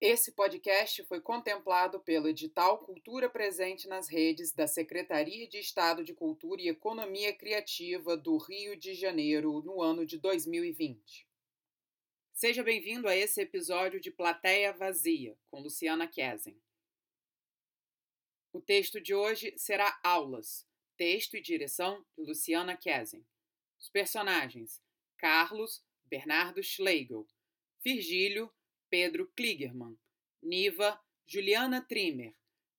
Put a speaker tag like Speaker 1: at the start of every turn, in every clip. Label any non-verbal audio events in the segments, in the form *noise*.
Speaker 1: Esse podcast foi contemplado pelo edital Cultura Presente nas Redes da Secretaria de Estado de Cultura e Economia Criativa do Rio de Janeiro no ano de 2020. Seja bem-vindo a esse episódio de Plateia Vazia, com Luciana Kiesen. O texto de hoje será Aulas, texto e direção de Luciana Kiesen. Os personagens: Carlos, Bernardo Schlegel, Virgílio, Pedro Kligerman, Niva, Juliana Trimer,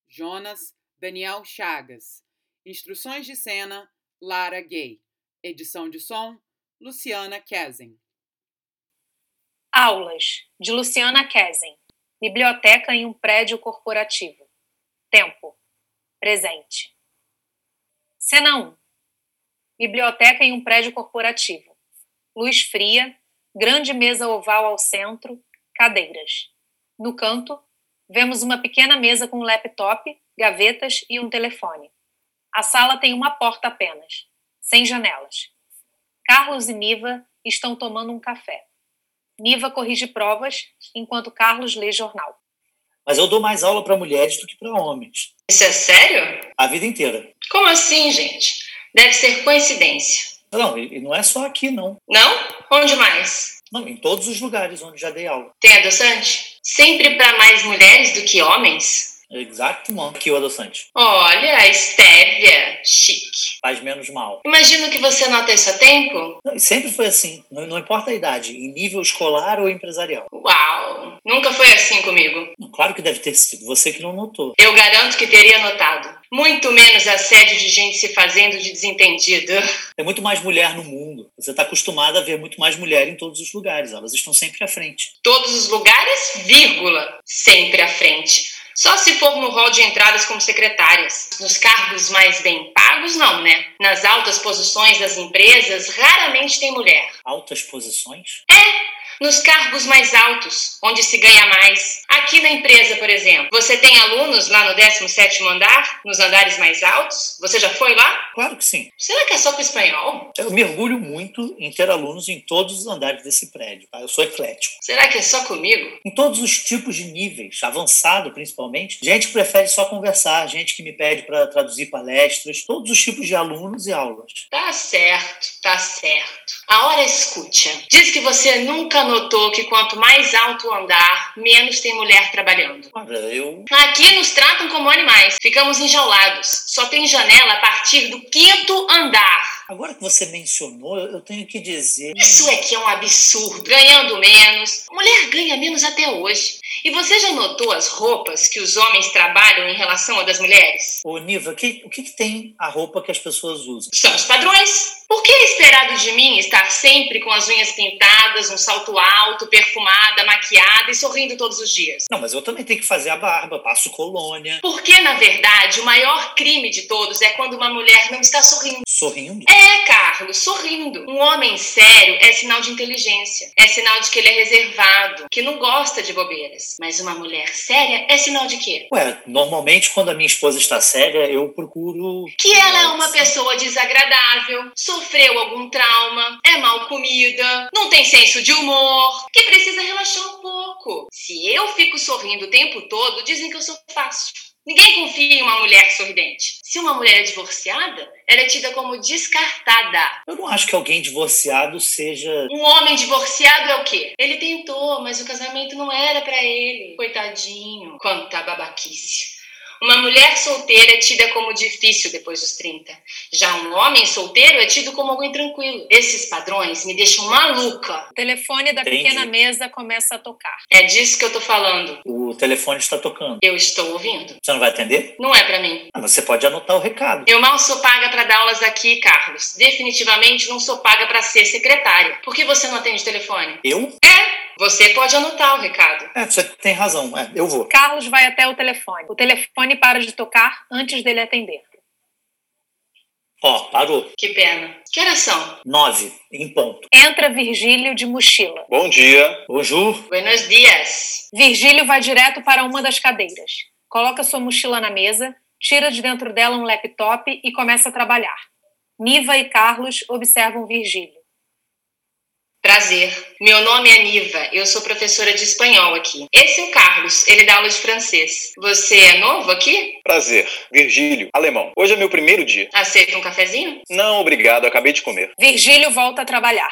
Speaker 1: Jonas, Daniel Chagas. Instruções de cena, Lara Gay. Edição de som, Luciana Kesen.
Speaker 2: Aulas, de Luciana Kesen. Biblioteca em um prédio corporativo. Tempo. Presente. Cena 1. Biblioteca em um prédio corporativo. Luz fria, grande mesa oval ao centro, cadeiras. No canto, vemos uma pequena mesa com um laptop, gavetas e um telefone. A sala tem uma porta apenas, sem janelas. Carlos e Niva estão tomando um café. Niva corrige provas enquanto Carlos lê jornal.
Speaker 3: Mas eu dou mais aula para mulheres do que para homens.
Speaker 4: Isso é sério?
Speaker 3: A vida inteira.
Speaker 4: Como assim, gente? Deve ser coincidência.
Speaker 3: Não, e não é só aqui, não.
Speaker 4: Não? Onde mais?
Speaker 3: Não, em todos os lugares onde já dei aula.
Speaker 4: Tem adoçante? Sempre para mais mulheres do que homens?
Speaker 3: Exato, mano. Que o adoçante.
Speaker 4: Olha, estévia. Chique.
Speaker 3: Faz menos mal.
Speaker 4: Imagino que você nota isso a tempo?
Speaker 3: Não, sempre foi assim. Não, não importa a idade, em nível escolar ou empresarial.
Speaker 4: Uau! Nunca foi assim comigo.
Speaker 3: Claro que deve ter sido você que não notou.
Speaker 4: Eu garanto que teria notado. Muito menos assédio de gente se fazendo de desentendido.
Speaker 3: É muito mais mulher no mundo. Você está acostumada a ver muito mais mulher em todos os lugares. Elas estão sempre à frente.
Speaker 4: Todos os lugares, vírgula. Sempre à frente. Só se for no hall de entradas como secretárias. Nos cargos mais bem pagos, não, né? Nas altas posições das empresas, raramente tem mulher.
Speaker 3: Altas posições?
Speaker 4: É! nos cargos mais altos, onde se ganha mais. Aqui na empresa, por exemplo, você tem alunos lá no 17º andar, nos andares mais altos? Você já foi lá?
Speaker 3: Claro que sim.
Speaker 4: Será que é só com o espanhol?
Speaker 3: Eu mergulho muito em ter alunos em todos os andares desse prédio. Tá? Eu sou eclético.
Speaker 4: Será que é só comigo?
Speaker 3: Em todos os tipos de níveis, avançado principalmente, gente que prefere só conversar, gente que me pede para traduzir palestras, todos os tipos de alunos e aulas.
Speaker 4: Tá certo, tá certo. A hora escute. Diz que você nunca notou que quanto mais alto o andar, menos tem mulher trabalhando.
Speaker 3: Olha, eu.
Speaker 4: Aqui nos tratam como animais. Ficamos enjaulados. Só tem janela a partir do quinto andar.
Speaker 3: Agora que você mencionou, eu tenho que dizer.
Speaker 4: Isso é que é um absurdo. Ganhando menos. Mulher ganha menos até hoje. E você já notou as roupas que os homens trabalham em relação às das mulheres?
Speaker 3: Ô, Niva, que, o que, que tem a roupa que as pessoas usam?
Speaker 4: São os padrões. Por que é esperado de mim estar sempre com as unhas pintadas, um salto alto, perfumada, maquiada e sorrindo todos os dias?
Speaker 3: Não, mas eu também tenho que fazer a barba, passo colônia.
Speaker 4: Porque, na verdade, o maior crime de todos é quando uma mulher não está sorrindo.
Speaker 3: Sorrindo?
Speaker 4: É, Carlos, sorrindo. Um homem sério é sinal de inteligência, é sinal de que ele é reservado, que não gosta de bobeiras. Mas uma mulher séria é sinal de quê?
Speaker 3: Ué, normalmente quando a minha esposa está séria, eu procuro.
Speaker 4: Que ela é uma pessoa desagradável, sofreu algum trauma, é mal comida, não tem senso de humor, que precisa relaxar um pouco. Se eu fico sorrindo o tempo todo, dizem que eu sou fácil. Ninguém confia em uma mulher sorridente. Se uma mulher é divorciada, ela é tida como descartada.
Speaker 3: Eu não acho que alguém divorciado seja.
Speaker 4: Um homem divorciado é o quê? Ele tentou, mas o casamento não era para ele. Coitadinho. Quanta babaquice. Uma mulher solteira é tida como difícil depois dos 30. Já um homem solteiro é tido como alguém tranquilo. Esses padrões me deixam maluca.
Speaker 2: O telefone da
Speaker 3: Entendi.
Speaker 2: pequena mesa começa a tocar.
Speaker 4: É disso que eu tô falando.
Speaker 3: O telefone está tocando.
Speaker 4: Eu estou ouvindo.
Speaker 3: Você não vai atender?
Speaker 4: Não é pra mim.
Speaker 3: Ah, você pode anotar o recado.
Speaker 4: Eu mal sou paga pra dar aulas aqui, Carlos. Definitivamente não sou paga pra ser secretária. Por que você não atende o telefone?
Speaker 3: Eu?
Speaker 4: É, você pode anotar o recado.
Speaker 3: É, você tem razão. É, eu vou.
Speaker 2: Carlos vai até o telefone. O telefone para de tocar antes dele atender.
Speaker 3: Ó, parou.
Speaker 4: Que pena. Que horas são?
Speaker 3: Nove, em ponto.
Speaker 2: Entra Virgílio de mochila.
Speaker 5: Bom dia.
Speaker 3: Bonjour.
Speaker 4: Buenos dias.
Speaker 2: Virgílio vai direto para uma das cadeiras, coloca sua mochila na mesa, tira de dentro dela um laptop e começa a trabalhar. Niva e Carlos observam Virgílio.
Speaker 4: Prazer. Meu nome é Niva, eu sou professora de espanhol aqui. Esse é o Carlos, ele dá aula de francês. Você é novo aqui?
Speaker 5: Prazer, Virgílio, alemão. Hoje é meu primeiro dia.
Speaker 4: Aceita um cafezinho?
Speaker 5: Não, obrigado, acabei de comer.
Speaker 2: Virgílio volta a trabalhar.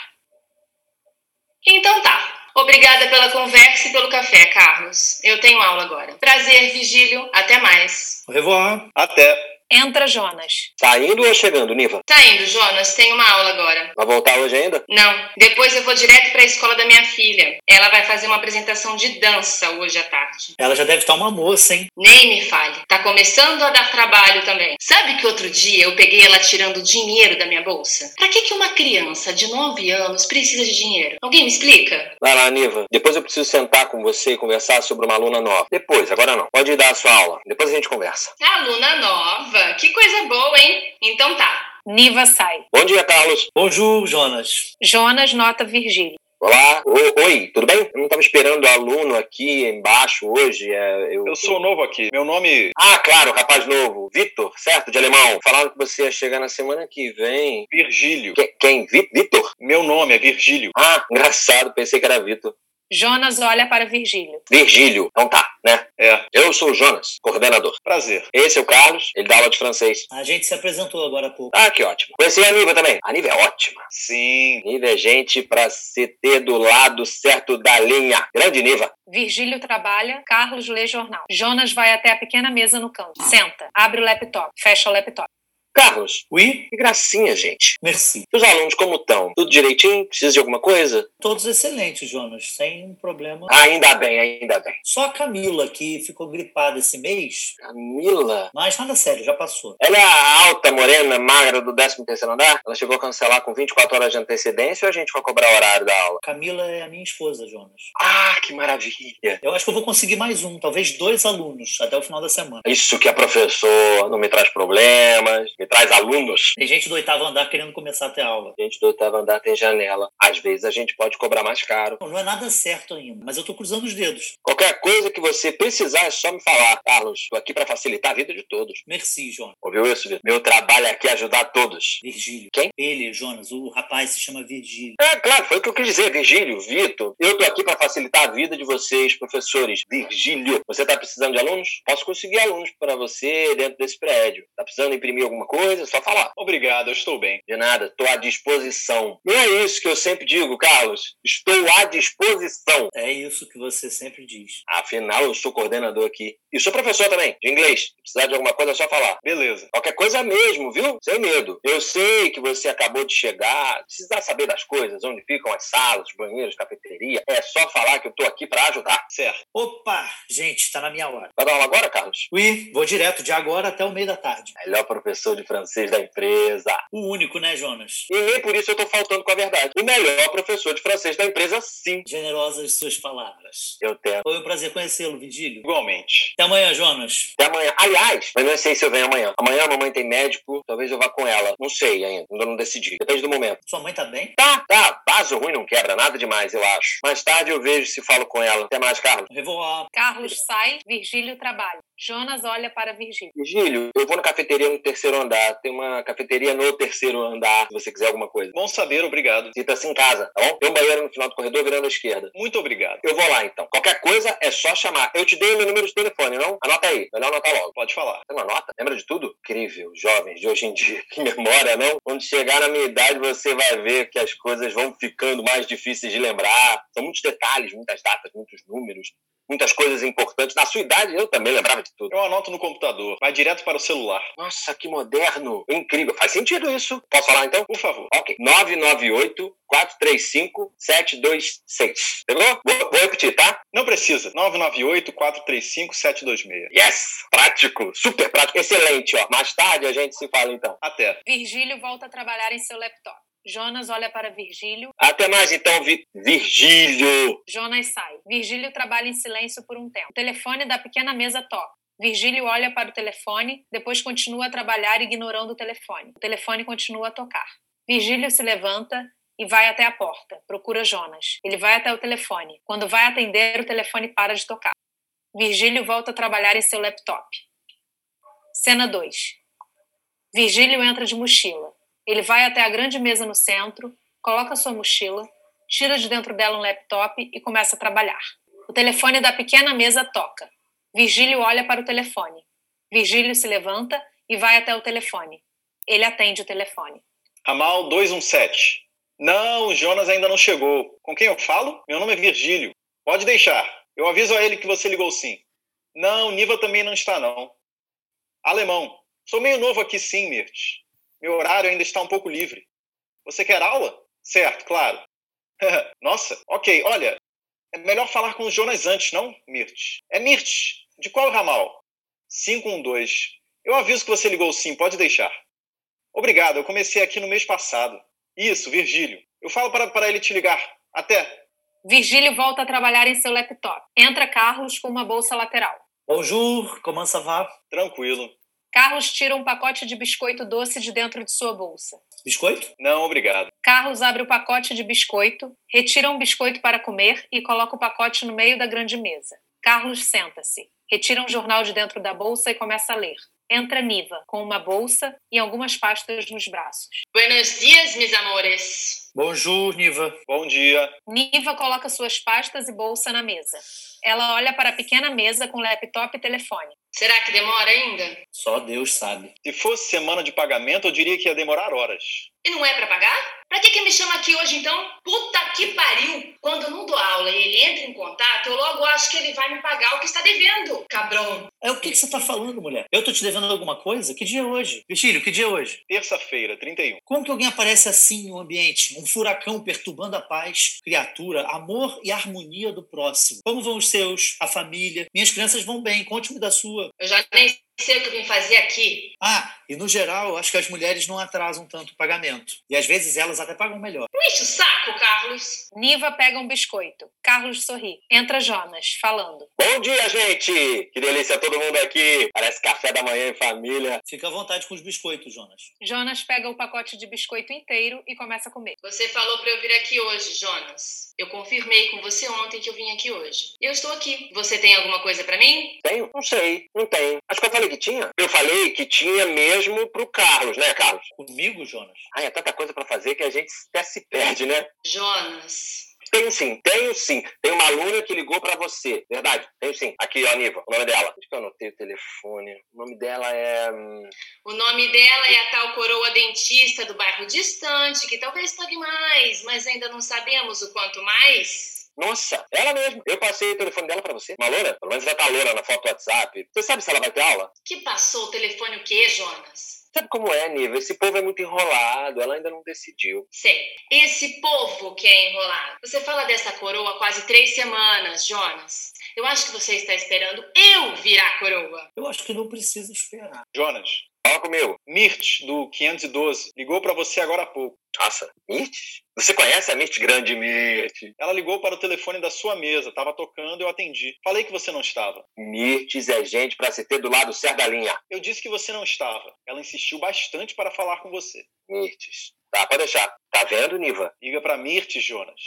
Speaker 4: Então tá. Obrigada pela conversa e pelo café, Carlos. Eu tenho aula agora. Prazer, Vigílio. Até mais.
Speaker 3: Au revoir.
Speaker 5: Até.
Speaker 2: Entra Jonas.
Speaker 6: Tá indo ou chegando, Niva?
Speaker 4: Tá indo, Jonas. Tenho uma aula agora.
Speaker 6: Vai voltar hoje ainda?
Speaker 4: Não. Depois eu vou direto para a escola da minha filha. Ela vai fazer uma apresentação de dança hoje à tarde.
Speaker 3: Ela já deve estar uma moça, hein?
Speaker 4: Nem me fale. Tá começando a dar trabalho também. Sabe que outro dia eu peguei ela tirando dinheiro da minha bolsa? Pra que que uma criança de 9 anos precisa de dinheiro? Alguém me explica?
Speaker 6: Vai lá, Niva. Depois eu preciso sentar com você e conversar sobre uma aluna nova. Depois, agora não. Pode dar a sua aula. Depois a gente conversa.
Speaker 4: Aluna nova. Que coisa boa, hein? Então tá.
Speaker 2: Niva sai.
Speaker 6: Bom dia, Carlos.
Speaker 3: Bonjour, Jonas.
Speaker 2: Jonas nota Virgílio.
Speaker 6: Olá. O- Oi, tudo bem? Eu não tava esperando o aluno aqui embaixo hoje. é, eu...
Speaker 5: Eu sou novo aqui. Meu nome é
Speaker 6: Ah, claro, rapaz novo. Vitor, certo? De alemão. Falaram que você ia chegar na semana que vem.
Speaker 5: é Virgílio.
Speaker 6: Que- Quem? Vi- Vitor?
Speaker 5: Meu nome é Virgílio.
Speaker 6: Ah, engraçado. Pensei que era Vitor.
Speaker 2: Jonas olha para Virgílio.
Speaker 6: Virgílio. Então tá, né?
Speaker 5: É,
Speaker 6: Eu sou o Jonas, coordenador.
Speaker 5: prazer.
Speaker 6: Esse é o Carlos, ele dá aula de francês.
Speaker 3: A gente se apresentou agora há pouco.
Speaker 6: Ah, que ótimo. Conheci a Niva também. A Niva é ótima.
Speaker 5: Sim.
Speaker 6: Niva é gente pra se ter do lado certo da linha. Grande Niva.
Speaker 2: Virgílio trabalha, Carlos lê jornal. Jonas vai até a pequena mesa no canto. Senta, abre o laptop, fecha o laptop.
Speaker 6: Carlos,
Speaker 3: Oui,
Speaker 6: que gracinha, gente.
Speaker 3: merci.
Speaker 6: E Os alunos como estão? Tudo direitinho? Precisa de alguma coisa?
Speaker 3: Todos excelentes, Jonas, sem problema.
Speaker 6: Ainda bem, ainda bem.
Speaker 3: Só a Camila, que ficou gripada esse mês,
Speaker 6: Camila.
Speaker 3: mas nada sério, já passou.
Speaker 6: Ela é a alta, morena, magra do 13º andar? Ela chegou a cancelar com 24 horas de antecedência ou a gente vai cobrar o horário da aula?
Speaker 3: Camila é a minha esposa, Jonas.
Speaker 6: Ah, que maravilha.
Speaker 3: Eu acho que eu vou conseguir mais um, talvez dois alunos, até o final da semana.
Speaker 6: Isso que é professor, não me traz problemas, me traz alunos.
Speaker 3: Tem gente do oitavo andar querendo começar a ter aula.
Speaker 6: A gente do oitavo andar tem janela. Às vezes a gente pode cobrar mais caro.
Speaker 3: Não não é nada certo ainda, mas eu tô cruzando os dedos.
Speaker 6: Qualquer coisa que você precisar é só me falar, Carlos. Estou aqui para facilitar a vida de todos.
Speaker 3: Merci, Jonas.
Speaker 6: Ouviu isso, Vitor? Meu trabalho aqui é ajudar todos.
Speaker 3: Virgílio.
Speaker 6: Quem?
Speaker 3: Ele, Jonas, o rapaz se chama Virgílio.
Speaker 6: É, claro, foi o que eu quis dizer, Virgílio, Vitor. Eu tô aqui para facilitar a vida de vocês, professores. Virgílio, você tá precisando de alunos? Posso conseguir alunos para você dentro desse prédio. Tá precisando imprimir alguma coisa? É Só falar.
Speaker 5: Obrigado, eu estou bem.
Speaker 6: De nada, estou à disposição. E é isso que eu sempre digo, Carlos. Estou à disposição.
Speaker 3: É isso que você sempre diz.
Speaker 6: Afinal, eu sou coordenador aqui. E sou professor também, de inglês. Se precisar de alguma coisa, é só falar.
Speaker 5: Beleza.
Speaker 6: Qualquer coisa é mesmo, viu? Sem medo. Eu sei que você acabou de chegar, precisar saber das coisas, onde ficam as salas, os banheiros, cafeteria. É só falar que eu estou aqui para ajudar.
Speaker 5: Certo.
Speaker 3: Opa! Gente, tá na minha hora.
Speaker 6: Vai dar aula agora, Carlos?
Speaker 3: Ui, vou direto de agora até o meio da tarde.
Speaker 6: Melhor professor de francês da empresa.
Speaker 3: O único, né, Jonas?
Speaker 6: E nem por isso eu estou faltando com a verdade. O melhor professor de francês da empresa, sim.
Speaker 3: Generosas suas palavras.
Speaker 6: Eu tento.
Speaker 3: Foi um prazer conhecê-lo, Virgílio.
Speaker 5: Igualmente.
Speaker 3: Até amanhã, Jonas.
Speaker 6: Até amanhã. Aliás, eu não é sei se eu venho amanhã. Amanhã a mamãe tem médico, talvez eu vá com ela. Não sei ainda, ainda não decidi. Depende do momento.
Speaker 3: Sua mãe tá bem?
Speaker 6: Tá, tá. Vaso ruim não quebra, nada demais, eu acho. Mais tarde eu vejo se falo com ela. Até mais, Carlos.
Speaker 3: Revoar.
Speaker 2: Carlos sai, Virgílio trabalha. Jonas olha para Virgílio.
Speaker 6: Virgílio, eu vou na cafeteria no terceiro andar. Tem uma cafeteria no terceiro andar, se você quiser alguma coisa.
Speaker 5: Bom saber, obrigado.
Speaker 6: Sinta-se em casa, tá bom? Tem um banheiro no final do corredor, virando à esquerda.
Speaker 5: Muito obrigado.
Speaker 6: Eu vou lá, então. Qualquer coisa é só chamar. Eu te dei o meu número de telefone, não? Anota aí. Melhor anotar logo.
Speaker 5: Pode falar.
Speaker 6: Tem uma nota? Lembra de tudo? Incrível, jovens de hoje em dia. Que memória, não? Quando chegar na minha idade, você vai ver que as coisas vão ficando mais difíceis de lembrar. São muitos detalhes, muitas datas, muitos números, muitas coisas importantes. Na sua idade, eu também lembrava de tudo.
Speaker 5: Eu anoto no computador. Vai direto para o celular.
Speaker 6: Nossa, que moderno! Incrível! Faz sentido isso. Posso falar então?
Speaker 5: Por favor.
Speaker 6: Ok. 998-435-726. Pegou? Vou, vou repetir, tá?
Speaker 5: Não precisa. 998-435-726.
Speaker 6: Yes! Prático! Super prático! Excelente, ó. Mais tarde a gente se fala então.
Speaker 5: Até.
Speaker 2: Virgílio volta a trabalhar em seu laptop. Jonas olha para Virgílio.
Speaker 6: Até mais então, Vi- Virgílio!
Speaker 2: Jonas sai. Virgílio trabalha em silêncio por um tempo. O telefone da pequena mesa toca. Virgílio olha para o telefone, depois continua a trabalhar ignorando o telefone. O telefone continua a tocar. Virgílio se levanta e vai até a porta. Procura Jonas. Ele vai até o telefone. Quando vai atender, o telefone para de tocar. Virgílio volta a trabalhar em seu laptop. Cena 2. Virgílio entra de mochila. Ele vai até a grande mesa no centro, coloca sua mochila, tira de dentro dela um laptop e começa a trabalhar. O telefone da pequena mesa toca. Virgílio olha para o telefone. Virgílio se levanta e vai até o telefone. Ele atende o telefone.
Speaker 5: Ramal 217. Não, o Jonas ainda não chegou. Com quem eu falo? Meu nome é Virgílio. Pode deixar. Eu aviso a ele que você ligou sim. Não, Niva também não está, não. Alemão, sou meio novo aqui sim, Mirt. Meu horário ainda está um pouco livre. Você quer aula? Certo, claro. *laughs* Nossa, ok, olha. É melhor falar com o Jonas antes, não, Mirt? É Mirt. De qual ramal? 512. Eu aviso que você ligou sim, pode deixar. Obrigado, eu comecei aqui no mês passado. Isso, Virgílio. Eu falo para, para ele te ligar. Até.
Speaker 2: Virgílio volta a trabalhar em seu laptop. Entra Carlos com uma bolsa lateral.
Speaker 3: Bonjour, comment ça va?
Speaker 5: Tranquilo.
Speaker 2: Carlos tira um pacote de biscoito doce de dentro de sua bolsa.
Speaker 3: Biscoito?
Speaker 5: Não, obrigado.
Speaker 2: Carlos abre o pacote de biscoito, retira um biscoito para comer e coloca o pacote no meio da grande mesa. Carlos senta-se, retira um jornal de dentro da bolsa e começa a ler. Entra Niva, com uma bolsa e algumas pastas nos braços.
Speaker 4: Buenos dias, meus amores.
Speaker 3: Bonjour, Niva.
Speaker 5: Bom dia.
Speaker 2: Niva coloca suas pastas e bolsa na mesa. Ela olha para a pequena mesa com laptop e telefone.
Speaker 4: Será que demora ainda?
Speaker 3: Só Deus sabe.
Speaker 5: Se fosse semana de pagamento, eu diria que ia demorar horas.
Speaker 4: E não é pra pagar? Pra que que me chama aqui hoje então? Puta que pariu! Quando eu não dou aula e ele entra em contato, eu logo acho que ele vai me pagar o que está devendo, cabrão.
Speaker 3: É o que, que você tá falando, mulher? Eu tô te devendo alguma coisa? Que dia é hoje? Virgílio, que dia é hoje?
Speaker 5: Terça-feira, 31.
Speaker 3: Como que alguém aparece assim no ambiente? Um furacão perturbando a paz, criatura, amor e harmonia do próximo. Como vão os seus? A família? Minhas crianças vão bem, conte-me da sua.
Speaker 4: Eu já nem sei o que eu vim fazer aqui.
Speaker 3: Ah, e no geral, acho que as mulheres não atrasam tanto o pagamento. E às vezes elas até pagam melhor.
Speaker 4: Não enche o saco, Carlos.
Speaker 2: Niva pega um biscoito. Carlos sorri. Entra Jonas, falando.
Speaker 6: Bom dia, gente! Que delícia todo mundo aqui. Parece café da manhã em família.
Speaker 3: Fica à vontade com os biscoitos, Jonas.
Speaker 2: Jonas pega o pacote de biscoito inteiro e começa a comer.
Speaker 4: Você falou pra eu vir aqui hoje, Jonas. Eu confirmei com você ontem que eu vim aqui hoje. E Eu estou aqui. Você tem alguma coisa pra mim?
Speaker 6: Tenho? Não sei. Não tem. Acho que eu falei que tinha. Eu falei que tinha mesmo pro Carlos, né, Carlos?
Speaker 3: Comigo, Jonas?
Speaker 6: Ai, é tanta coisa pra fazer que a gente até se perde, né?
Speaker 4: Jonas.
Speaker 6: Tenho sim, tenho sim. Tem uma aluna que ligou pra você, verdade? Tenho sim. Aqui, ó, Niva, o nome dela. Acho que eu anotei o telefone. O nome dela é. hum,
Speaker 4: O nome dela é a tal coroa dentista do bairro distante, que talvez pague mais, mas ainda não sabemos o quanto mais.
Speaker 6: Nossa, ela mesmo. Eu passei o telefone dela pra você. Uma loura? Pelo menos vai estar loura na foto do WhatsApp. Você sabe se ela vai ter aula?
Speaker 4: Que passou o telefone o quê, Jonas?
Speaker 6: Sabe como é, Niva? Esse povo é muito enrolado. Ela ainda não decidiu.
Speaker 4: Sei, esse povo que é enrolado. Você fala dessa coroa há quase três semanas, Jonas. Eu acho que você está esperando eu virar coroa.
Speaker 3: Eu acho que não precisa esperar.
Speaker 5: Jonas,
Speaker 6: Fala comigo.
Speaker 5: Mirt, do 512, ligou para você agora há pouco.
Speaker 6: Nossa, Mirth? Você conhece a Mirth? Grande Mirth.
Speaker 5: Ela ligou para o telefone da sua mesa, estava tocando, eu atendi. Falei que você não estava.
Speaker 6: Mirtes é gente pra se ter do lado certo da linha.
Speaker 5: Eu disse que você não estava. Ela insistiu bastante para falar com você.
Speaker 6: Mirtes. Tá, pode deixar. Tá vendo, Niva?
Speaker 5: Liga para Mirt, Jonas.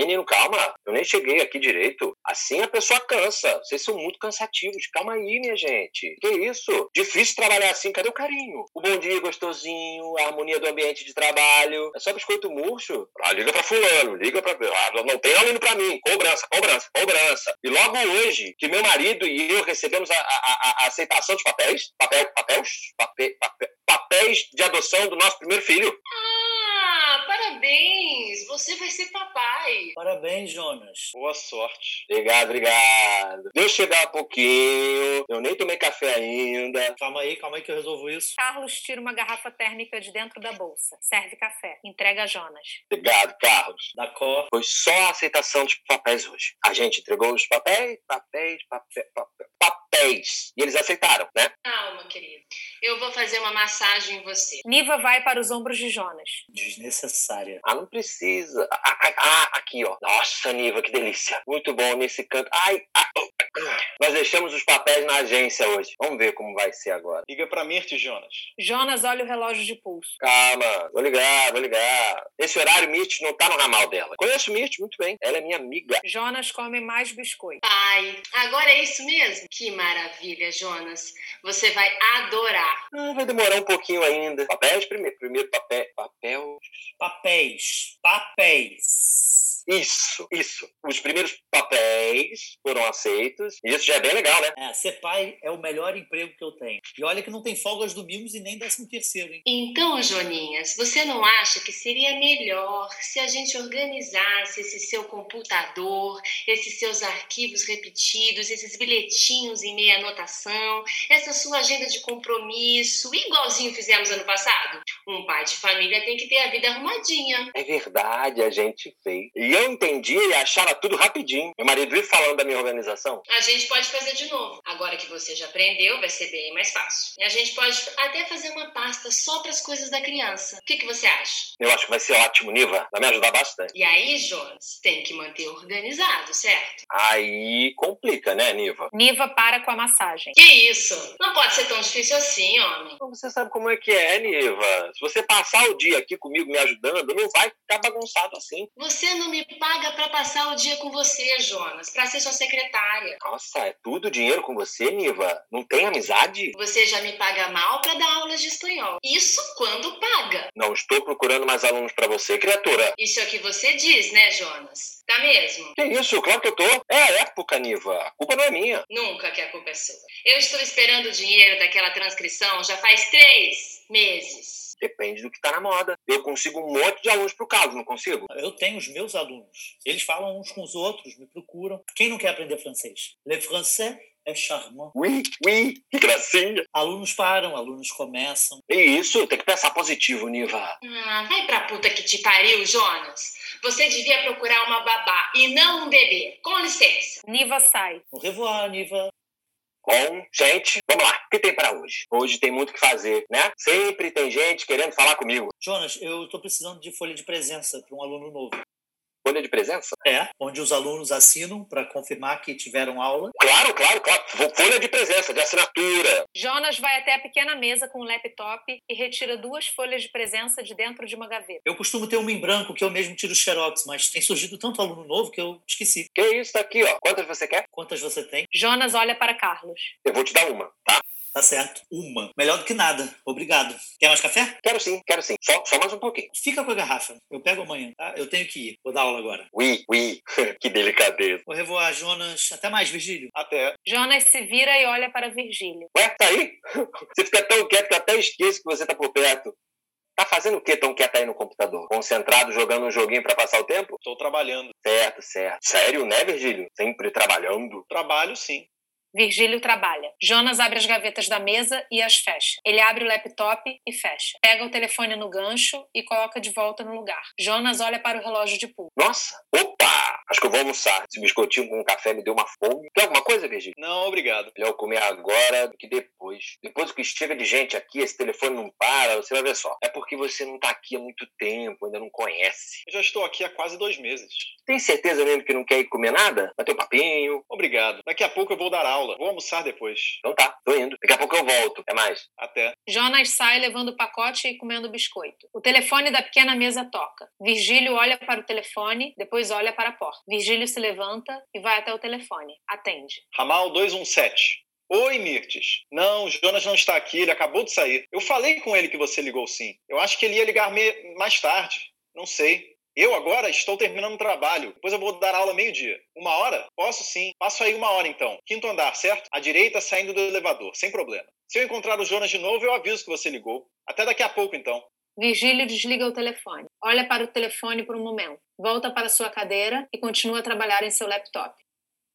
Speaker 6: Menino, calma. Eu nem cheguei aqui direito. Assim a pessoa cansa. Vocês são muito cansativos. Calma aí, minha gente. Que isso? Difícil trabalhar assim. Cadê o carinho? O bom dia é gostosinho, a harmonia do ambiente de trabalho. É só biscoito murcho. Ah, liga pra fulano, liga pra... Ah, não tem aluno pra mim. Cobrança, cobrança, cobrança. E logo hoje, que meu marido e eu recebemos a, a- a- a aceitação dos papéis, papel, papéis, papel, papel, papéis de adoção do nosso primeiro filho.
Speaker 4: Ah, parabéns! Você vai ser papai.
Speaker 3: Parabéns, Jonas.
Speaker 5: Boa sorte.
Speaker 6: Obrigado, obrigado. Deixa eu chegar um pouquinho. Eu nem tomei café ainda.
Speaker 3: Calma aí, calma aí que eu resolvo isso.
Speaker 2: Carlos tira uma garrafa térmica de dentro da bolsa, serve café, entrega a Jonas.
Speaker 6: Obrigado, Carlos.
Speaker 3: Da cor.
Speaker 6: Foi só a aceitação dos papéis hoje. A gente entregou os papéis, papéis, papéis, papéis. papéis. E eles aceitaram, né?
Speaker 4: Calma, querido. Eu vou fazer uma massagem em você.
Speaker 2: Niva vai para os ombros de Jonas.
Speaker 3: Desnecessária.
Speaker 6: Ah, não precisa. Ah, ah, ah, ah, aqui, ó. Nossa, Niva, que delícia. Muito bom nesse canto. Ai, ah, oh, ah. Nós deixamos os papéis na agência hoje. Vamos ver como vai ser agora.
Speaker 5: Liga para Mirt, Jonas.
Speaker 2: Jonas olha o relógio de pulso.
Speaker 6: Calma, vou ligar, vou ligar. Esse horário, Mirt não tá no ramal dela. Conheço Mirt muito bem. Ela é minha amiga.
Speaker 2: Jonas come mais biscoito.
Speaker 4: Pai, agora é isso mesmo? Que maravilha, Jonas. Você vai adorar.
Speaker 6: Ah, vai demorar um pouquinho ainda. Papéis primeiro. Primeiro papel. Papel.
Speaker 3: Papéis. Papéis.
Speaker 6: Isso, isso. Os primeiros papéis foram aceitos. E isso já é bem legal, né?
Speaker 3: É, ser pai é o melhor emprego que eu tenho. E olha que não tem folgas domingos e nem décimo terceiro, hein?
Speaker 4: Então, Joninhas, você não acha que seria melhor se a gente organizasse esse seu computador, esses seus arquivos repetidos, esses bilhetinhos em meia anotação, essa sua agenda de compromisso, igualzinho fizemos ano passado? Um pai de família tem que ter a vida arrumadinha.
Speaker 6: É verdade, a gente fez. E eu entendia e achava tudo rapidinho. Meu marido veio falando da minha organização.
Speaker 4: A gente pode fazer de novo. Agora que você já aprendeu, vai ser bem mais fácil. E a gente pode até fazer uma pasta só para as coisas da criança. O que, que você acha?
Speaker 6: Eu acho que vai ser ótimo, Niva. Vai me ajudar bastante.
Speaker 4: E aí, Jonas, tem que manter organizado, certo?
Speaker 6: Aí complica, né, Niva?
Speaker 2: Niva para com a massagem.
Speaker 4: Que isso? Não pode ser tão difícil assim, homem.
Speaker 6: Então, Você sabe como é que é, Niva. Se você passar o dia aqui comigo me ajudando, não vai ficar bagunçado assim.
Speaker 4: Você não me paga para passar o dia com você, Jonas, para ser sua secretária.
Speaker 6: Nossa, é tudo dinheiro com você, Niva? Não tem amizade?
Speaker 4: Você já me paga mal para dar aulas de espanhol. Isso quando paga.
Speaker 6: Não estou procurando mais alunos pra você, criatura.
Speaker 4: Isso é o que você diz, né, Jonas? Tá mesmo?
Speaker 6: Que isso, claro que eu tô. É a época, Niva. A culpa não é minha.
Speaker 4: Nunca que a culpa é sua. Eu estou esperando o dinheiro daquela transcrição já faz três meses.
Speaker 6: Depende do que tá na moda. Eu consigo um monte de alunos pro caso, não consigo?
Speaker 3: Eu tenho os meus alunos. Eles falam uns com os outros, me procuram. Quem não quer aprender francês? Le français é charmant.
Speaker 6: Ui, ui, que gracinha.
Speaker 3: Alunos param, alunos começam.
Speaker 6: E isso, tem que pensar positivo, Niva.
Speaker 4: Ah, vai pra puta que te pariu, Jonas. Você devia procurar uma babá e não um bebê. Com licença.
Speaker 2: Niva sai.
Speaker 3: Au revoir, Niva.
Speaker 6: Bom, gente, vamos lá. O que tem pra hoje? Hoje tem muito o que fazer, né? Sempre tem gente querendo falar comigo.
Speaker 3: Jonas, eu tô precisando de folha de presença para um aluno novo.
Speaker 6: Folha de presença?
Speaker 3: É, onde os alunos assinam para confirmar que tiveram aula.
Speaker 6: Claro, claro, claro. Fo- Folha de presença, de assinatura.
Speaker 2: Jonas vai até a pequena mesa com um laptop e retira duas folhas de presença de dentro de uma gaveta.
Speaker 3: Eu costumo ter uma em branco que eu mesmo tiro xerox, mas tem surgido tanto aluno novo que eu esqueci.
Speaker 6: Que isso, tá aqui, ó. Quantas você quer?
Speaker 3: Quantas você tem?
Speaker 2: Jonas olha para Carlos.
Speaker 6: Eu vou te dar uma, tá?
Speaker 3: Tá certo. Uma. Melhor do que nada. Obrigado. Quer mais café?
Speaker 6: Quero sim, quero sim. Só, só mais um pouquinho.
Speaker 3: Fica com a garrafa. Eu pego amanhã, tá? Eu tenho que ir. Vou dar aula agora.
Speaker 6: Ui, ui. *laughs* que delicadeza.
Speaker 3: Vou revoar, Jonas. Até mais, Virgílio.
Speaker 6: Até.
Speaker 2: Jonas se vira e olha para Virgílio.
Speaker 6: Ué, tá aí? *laughs* Você fica tão quieto que eu até esqueço que você tá por perto. Tá fazendo o que tão quieto aí no computador? Concentrado jogando um joguinho pra passar o tempo?
Speaker 5: Estou trabalhando.
Speaker 6: Certo, certo. Sério, né, Virgílio? Sempre trabalhando.
Speaker 5: Trabalho, sim.
Speaker 2: Virgílio trabalha. Jonas abre as gavetas da mesa e as fecha. Ele abre o laptop e fecha. Pega o telefone no gancho e coloca de volta no lugar. Jonas olha para o relógio de pulso.
Speaker 6: Nossa, opa! Acho que eu vou almoçar. Esse biscoitinho com café me deu uma fome. Quer alguma coisa, Virgílio?
Speaker 5: Não, obrigado.
Speaker 6: Melhor comer agora do que depois. Depois que chega de gente aqui, esse telefone não para, você vai ver só. É porque você não tá aqui há muito tempo, ainda não conhece.
Speaker 5: Eu já estou aqui há quase dois meses.
Speaker 6: Tem certeza mesmo que não quer ir comer nada? Bater um papinho?
Speaker 5: Obrigado. Daqui a pouco eu vou dar aula. Vou almoçar depois.
Speaker 6: Então tá, tô indo. Daqui a pouco eu volto. É mais.
Speaker 5: Até.
Speaker 2: Jonas sai levando o pacote e comendo biscoito. O telefone da pequena mesa toca. Virgílio olha para o telefone, depois olha para a porta. Virgílio se levanta e vai até o telefone. Atende.
Speaker 5: Ramal 217. Oi, Mirtes. Não, o Jonas não está aqui, ele acabou de sair. Eu falei com ele que você ligou sim. Eu acho que ele ia ligar me- mais tarde. Não sei. Eu agora estou terminando o trabalho. Depois eu vou dar aula meio-dia. Uma hora? Posso sim. Passo aí uma hora então. Quinto andar, certo? À direita, saindo do elevador, sem problema. Se eu encontrar o Jonas de novo, eu aviso que você ligou. Até daqui a pouco então.
Speaker 2: Virgílio desliga o telefone. Olha para o telefone por um momento. Volta para sua cadeira e continua a trabalhar em seu laptop.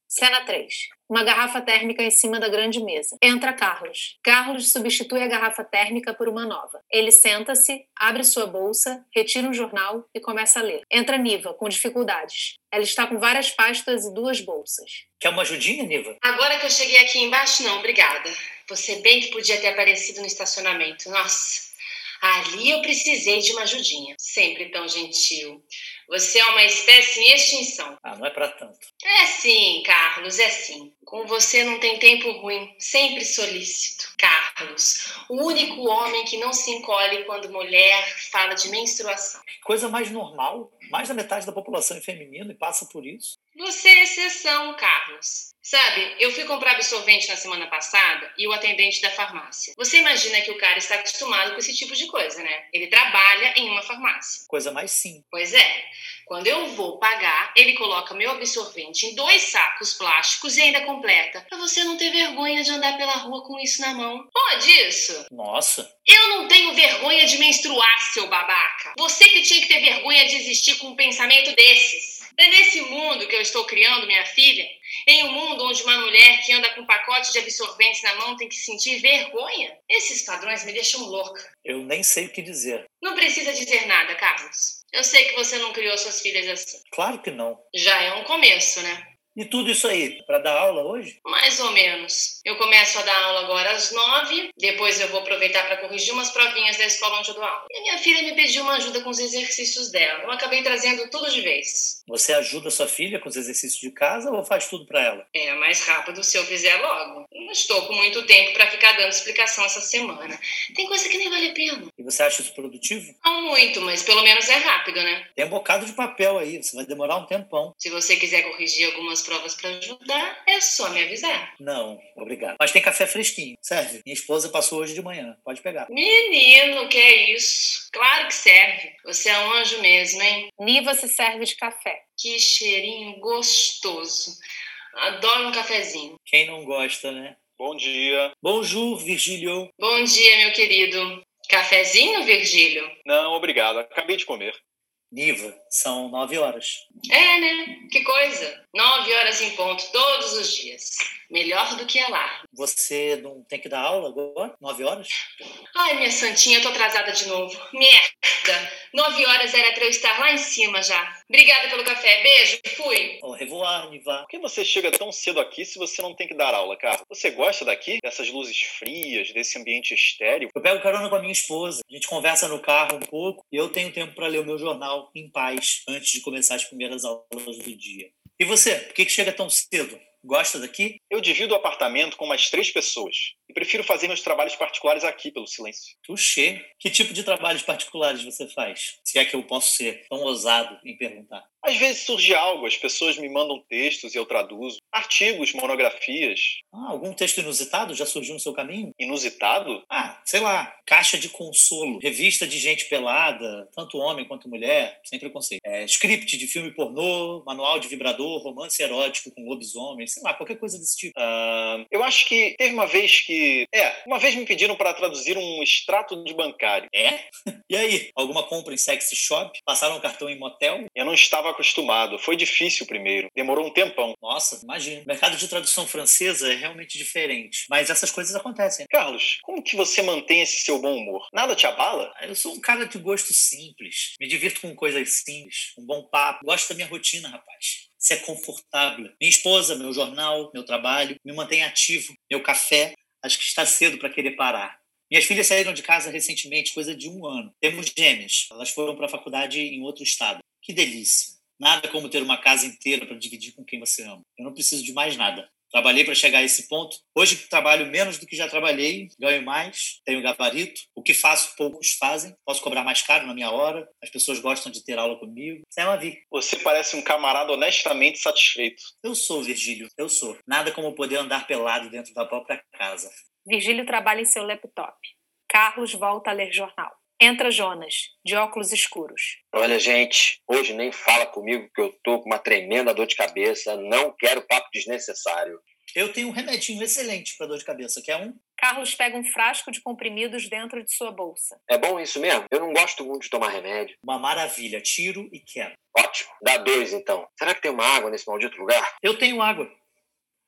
Speaker 2: Cena 3. Uma garrafa térmica em cima da grande mesa. Entra Carlos. Carlos substitui a garrafa térmica por uma nova. Ele senta-se, abre sua bolsa, retira um jornal e começa a ler. Entra Niva, com dificuldades. Ela está com várias pastas e duas bolsas.
Speaker 3: Quer uma ajudinha, Niva?
Speaker 4: Agora que eu cheguei aqui embaixo, não, obrigada. Você bem que podia ter aparecido no estacionamento. Nossa, ali eu precisei de uma ajudinha. Sempre tão gentil. Você é uma espécie em extinção.
Speaker 3: Ah, não é pra tanto.
Speaker 4: É sim, Carlos, é sim. Com você não tem tempo ruim, sempre solícito. Carlos, o único homem que não se encolhe quando mulher fala de menstruação.
Speaker 3: Que coisa mais normal. Mais da metade da população é feminina e passa por isso.
Speaker 4: Você é exceção, Carlos. Sabe, eu fui comprar absorvente na semana passada e o atendente da farmácia. Você imagina que o cara está acostumado com esse tipo de coisa, né? Ele trabalha em uma farmácia.
Speaker 3: Coisa mais sim.
Speaker 4: Pois é. Quando eu vou pagar, ele coloca meu absorvente em dois sacos plásticos e ainda completa. Pra você não ter vergonha de andar pela rua com isso na mão. Pode isso?
Speaker 3: Nossa.
Speaker 4: Eu não tenho vergonha de menstruar, seu babaca. Você que tinha que ter vergonha de existir com um pensamento desses. É nesse mundo que eu estou criando minha filha, em um mundo onde uma mulher que anda com um pacote de absorventes na mão tem que sentir vergonha. Esses padrões me deixam louca.
Speaker 3: Eu nem sei o que dizer.
Speaker 4: Não precisa dizer nada, Carlos. Eu sei que você não criou suas filhas assim.
Speaker 3: Claro que não.
Speaker 4: Já é um começo, né?
Speaker 3: E tudo isso aí, para dar aula hoje?
Speaker 4: Mais ou menos. Eu começo a dar aula agora às nove, depois eu vou aproveitar para corrigir umas provinhas da escola onde eu dou aula. E a minha filha me pediu uma ajuda com os exercícios dela. Eu acabei trazendo tudo de vez.
Speaker 3: Você ajuda sua filha com os exercícios de casa ou faz tudo para ela?
Speaker 4: É mais rápido se eu fizer logo. Não estou com muito tempo para ficar dando explicação essa semana. Tem coisa que nem vale a pena.
Speaker 3: E você acha isso produtivo?
Speaker 4: Não muito, mas pelo menos é rápido, né?
Speaker 3: Tem um bocado de papel aí, você vai demorar um tempão.
Speaker 4: Se você quiser corrigir algumas provas para ajudar, é só me avisar.
Speaker 3: Não, obrigado. Mas tem café fresquinho, serve. Minha esposa passou hoje de manhã, pode pegar.
Speaker 4: Menino, que é isso? Claro que serve. Você é um anjo mesmo, hein?
Speaker 2: Niva se serve de café.
Speaker 4: Que cheirinho gostoso. Adoro um cafezinho.
Speaker 3: Quem não gosta, né?
Speaker 5: Bom dia.
Speaker 3: Bonjour, Virgílio.
Speaker 4: Bom dia, meu querido. Cafezinho, Virgílio?
Speaker 5: Não, obrigado. Acabei de comer.
Speaker 3: Niva, são nove horas.
Speaker 4: É, né? Que coisa. Nove horas em ponto todos os dias. Melhor do que é lá.
Speaker 3: Você não tem que dar aula agora? Nove horas?
Speaker 4: Ai, minha santinha, eu tô atrasada de novo. Merda! Nove horas era pra eu estar lá em cima já. Obrigada pelo café. Beijo. Fui.
Speaker 3: Au revoir, Niva.
Speaker 5: Por que você chega tão cedo aqui se você não tem que dar aula, cara? Você gosta daqui? Dessas luzes frias, desse ambiente estéreo?
Speaker 3: Eu pego carona com a minha esposa. A gente conversa no carro um pouco e eu tenho tempo para ler o meu jornal em paz antes de começar as primeiras aulas do dia. E você, por que, que chega tão cedo? Gosta daqui?
Speaker 5: Eu divido o apartamento com umas três pessoas e prefiro fazer meus trabalhos particulares aqui, pelo silêncio.
Speaker 3: Tuxê. Que tipo de trabalhos particulares você faz? Se é que eu posso ser tão ousado em perguntar.
Speaker 5: Às vezes surge algo, as pessoas me mandam textos e eu traduzo, artigos, monografias.
Speaker 3: Ah, algum texto inusitado já surgiu no seu caminho?
Speaker 5: Inusitado?
Speaker 3: Ah, sei lá, caixa de consolo, revista de gente pelada, tanto homem quanto mulher, sem preconceito. É, script de filme pornô, manual de vibrador, romance erótico com lobisomem, sei lá, qualquer coisa desse tipo.
Speaker 5: Ah, eu acho que teve uma vez que. É, uma vez me pediram para traduzir um extrato de bancário.
Speaker 3: É? e aí? Alguma compra em sexy shop? Passaram o cartão em motel?
Speaker 5: Eu não estava acostumado. Foi difícil primeiro. Demorou um tempão.
Speaker 3: Nossa, imagina. O mercado de tradução francesa é realmente diferente. Mas essas coisas acontecem.
Speaker 5: Carlos, como que você mantém esse seu bom humor? Nada te abala?
Speaker 3: Ah, Eu sou um cara de gosto simples. Me divirto com coisas simples. Um bom papo. Gosto da minha rotina, rapaz ser confortável. Minha esposa, meu jornal, meu trabalho, me mantém ativo, meu café. Acho que está cedo para querer parar. Minhas filhas saíram de casa recentemente, coisa de um ano. Temos gêmeas. Elas foram para a faculdade em outro estado. Que delícia. Nada como ter uma casa inteira para dividir com quem você ama. Eu não preciso de mais nada. Trabalhei para chegar a esse ponto. Hoje trabalho menos do que já trabalhei, ganho mais, tenho gabarito. O que faço, poucos fazem. Posso cobrar mais caro na minha hora. As pessoas gostam de ter aula comigo. Isso é uma vida.
Speaker 5: Você parece um camarada honestamente satisfeito.
Speaker 3: Eu sou, Virgílio, eu sou. Nada como poder andar pelado dentro da própria casa.
Speaker 2: Virgílio trabalha em seu laptop. Carlos volta a ler jornal. Entra Jonas, de óculos escuros.
Speaker 6: Olha, gente, hoje nem fala comigo que eu tô com uma tremenda dor de cabeça. Não quero papo desnecessário.
Speaker 3: Eu tenho um remedinho excelente para dor de cabeça, que é um.
Speaker 2: Carlos pega um frasco de comprimidos dentro de sua bolsa.
Speaker 6: É bom isso mesmo? Eu não gosto muito de tomar remédio.
Speaker 3: Uma maravilha, tiro e quebra.
Speaker 6: Ótimo. Dá dois, então. Será que tem uma água nesse maldito lugar?
Speaker 3: Eu tenho água.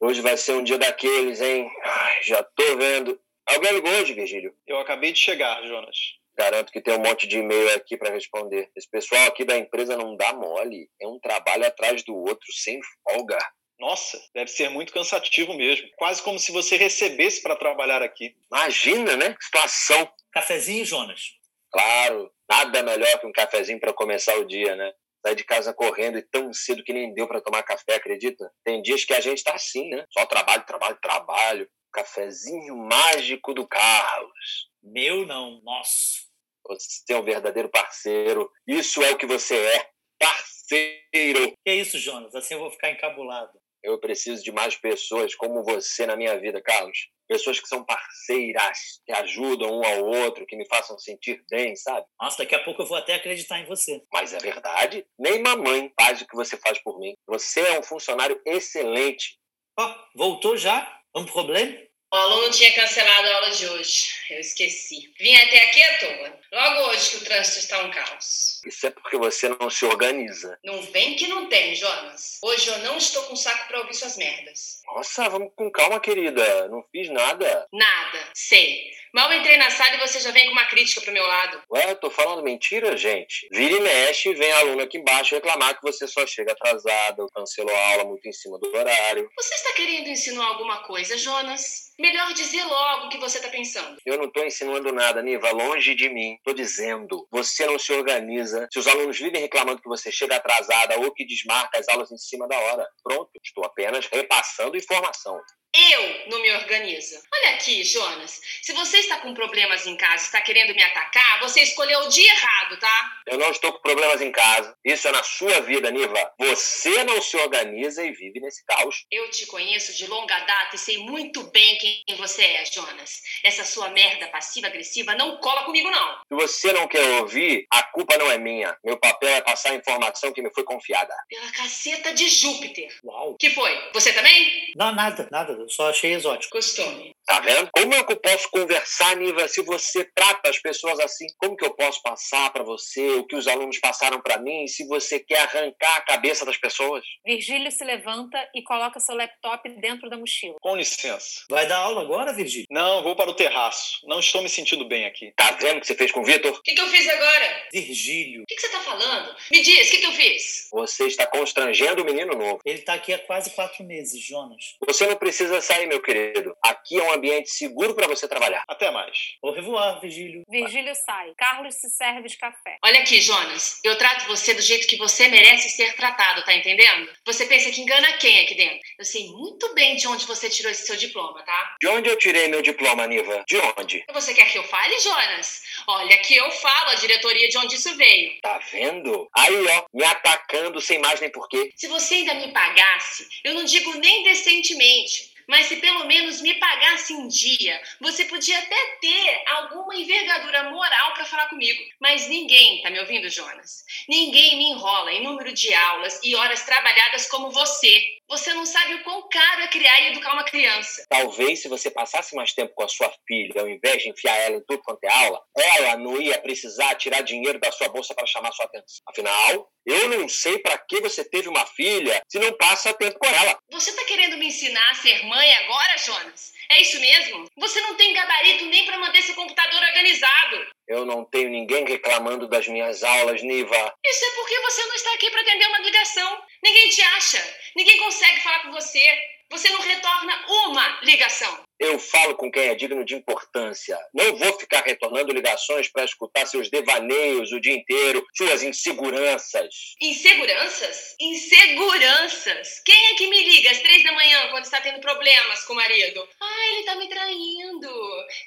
Speaker 6: Hoje vai ser um dia daqueles, hein? Ai, já tô vendo. Alguém ligou hoje, Virgílio?
Speaker 5: Eu acabei de chegar, Jonas.
Speaker 6: Garanto que tem um monte de e-mail aqui para responder. Esse pessoal aqui da empresa não dá mole. É um trabalho atrás do outro, sem folga.
Speaker 5: Nossa, deve ser muito cansativo mesmo. Quase como se você recebesse para trabalhar aqui.
Speaker 6: Imagina, né? Que Situação.
Speaker 3: Cafezinho, Jonas.
Speaker 6: Claro, nada melhor que um cafezinho para começar o dia, né? Saí de casa correndo e tão cedo que nem deu para tomar café, acredita? Tem dias que a gente tá assim, né? Só trabalho, trabalho, trabalho. Cafezinho mágico do Carlos.
Speaker 3: Meu não, nosso.
Speaker 6: Você é um verdadeiro parceiro. Isso é o que você é. Parceiro.
Speaker 3: Que é isso, Jonas? Assim eu vou ficar encabulado.
Speaker 6: Eu preciso de mais pessoas como você na minha vida, Carlos. Pessoas que são parceiras, que ajudam um ao outro, que me façam sentir bem, sabe?
Speaker 3: Nossa, daqui a pouco eu vou até acreditar em você.
Speaker 6: Mas é verdade. Nem mamãe faz o que você faz por mim. Você é um funcionário excelente.
Speaker 3: Ó, voltou já? Um problema?
Speaker 4: O aluno tinha cancelado a aula de hoje. Eu esqueci. Vim até aqui à toa. Logo hoje que o trânsito está um caos.
Speaker 6: Isso é porque você não se organiza.
Speaker 4: Não vem que não tem, Jonas. Hoje eu não estou com saco para ouvir suas merdas.
Speaker 6: Nossa, vamos com calma, querida. Não fiz nada.
Speaker 4: Nada. Sei. Mal entrei na sala e você já vem com uma crítica pro meu lado.
Speaker 6: Ué, é? eu tô falando mentira, gente? Vira e mexe, vem aluno aqui embaixo reclamar que você só chega atrasada, cancelou a aula muito em cima do horário.
Speaker 4: Você está querendo insinuar alguma coisa, Jonas? Melhor dizer logo o que você está pensando.
Speaker 6: Eu não tô insinuando nada, Niva. Longe de mim. Tô dizendo, você não se organiza. Se os alunos vivem reclamando que você chega atrasada ou que desmarca as aulas em cima da hora. Pronto, estou apenas repassando informação.
Speaker 4: Eu não me organizo. Olha aqui, Jonas. Se você está com problemas em casa, está querendo me atacar, você escolheu o dia errado, tá?
Speaker 6: Eu não estou com problemas em casa. Isso é na sua vida, Niva. Você não se organiza e vive nesse caos.
Speaker 4: Eu te conheço de longa data e sei muito bem quem você é, Jonas. Essa sua merda passiva-agressiva não cola comigo, não.
Speaker 6: Se você não quer ouvir, a culpa não é minha. Meu papel é passar a informação que me foi confiada.
Speaker 4: Pela caceta de Júpiter.
Speaker 3: Uau.
Speaker 4: Que foi? Você também?
Speaker 3: Não, nada, nada. Eu só achei exótico.
Speaker 4: Costume.
Speaker 6: Tá vendo? Como é que eu posso conversar, Niva, se você trata as pessoas assim? Como que eu posso passar pra você o que os alunos passaram pra mim se você quer arrancar a cabeça das pessoas?
Speaker 2: Virgílio se levanta e coloca seu laptop dentro da mochila.
Speaker 5: Com licença.
Speaker 3: Vai dar aula agora, Virgílio?
Speaker 5: Não, vou para o terraço. Não estou me sentindo bem aqui.
Speaker 6: Tá vendo o que você fez com o Vitor?
Speaker 4: O que, que eu fiz agora?
Speaker 3: Virgílio,
Speaker 4: O que, que você tá falando? Me diz, o que, que eu fiz?
Speaker 6: Você está constrangendo o menino novo.
Speaker 3: ele tá aqui há quase quatro meses, Jonas.
Speaker 6: Você não precisa sair, meu querido. Aqui é um ambiente seguro pra você trabalhar.
Speaker 5: Até mais.
Speaker 3: Au revoir, Virgílio.
Speaker 2: Virgílio sai. Carlos se serve de café.
Speaker 4: Olha aqui, Jonas. Eu trato você do jeito que você merece ser tratado, tá entendendo? Você pensa que engana quem aqui dentro? Eu sei muito bem de onde você tirou esse seu diploma, tá?
Speaker 6: De onde eu tirei meu diploma, Niva? De onde?
Speaker 4: Você quer que eu fale, Jonas? Olha, que eu falo a diretoria de onde isso veio.
Speaker 6: Tá vendo? Aí, ó, me atacando sem mais nem porquê.
Speaker 4: Se você ainda me pagasse, eu não digo nem decentemente, mas se pelo menos me pagasse em dia, você podia até ter alguma envergadura moral para falar comigo. Mas ninguém, tá me ouvindo, Jonas? Ninguém me enrola em número de aulas e horas trabalhadas como você. Você não sabe o quão caro é criar e educar uma criança.
Speaker 6: Talvez se você passasse mais tempo com a sua filha, ao invés de enfiar ela em tudo quanto é aula, ela não ia precisar tirar dinheiro da sua bolsa para chamar sua atenção. Afinal, eu não sei pra que você teve uma filha se não passa tempo com ela.
Speaker 4: Você tá querendo me ensinar a ser mãe agora, Jonas? É isso mesmo? Você não tem gabarito nem para manter seu computador organizado.
Speaker 6: Eu não tenho ninguém reclamando das minhas aulas, Niva.
Speaker 4: Isso é porque você não está aqui para atender uma ligação. Ninguém te acha. Ninguém consegue falar com você. Você não retorna uma ligação.
Speaker 6: Eu falo com quem é digno de importância. Não vou ficar retornando ligações pra escutar seus devaneios o dia inteiro, suas inseguranças.
Speaker 4: Inseguranças? Inseguranças! Quem é que me liga às três da manhã quando está tendo problemas com o marido? Ah, ele tá me traindo.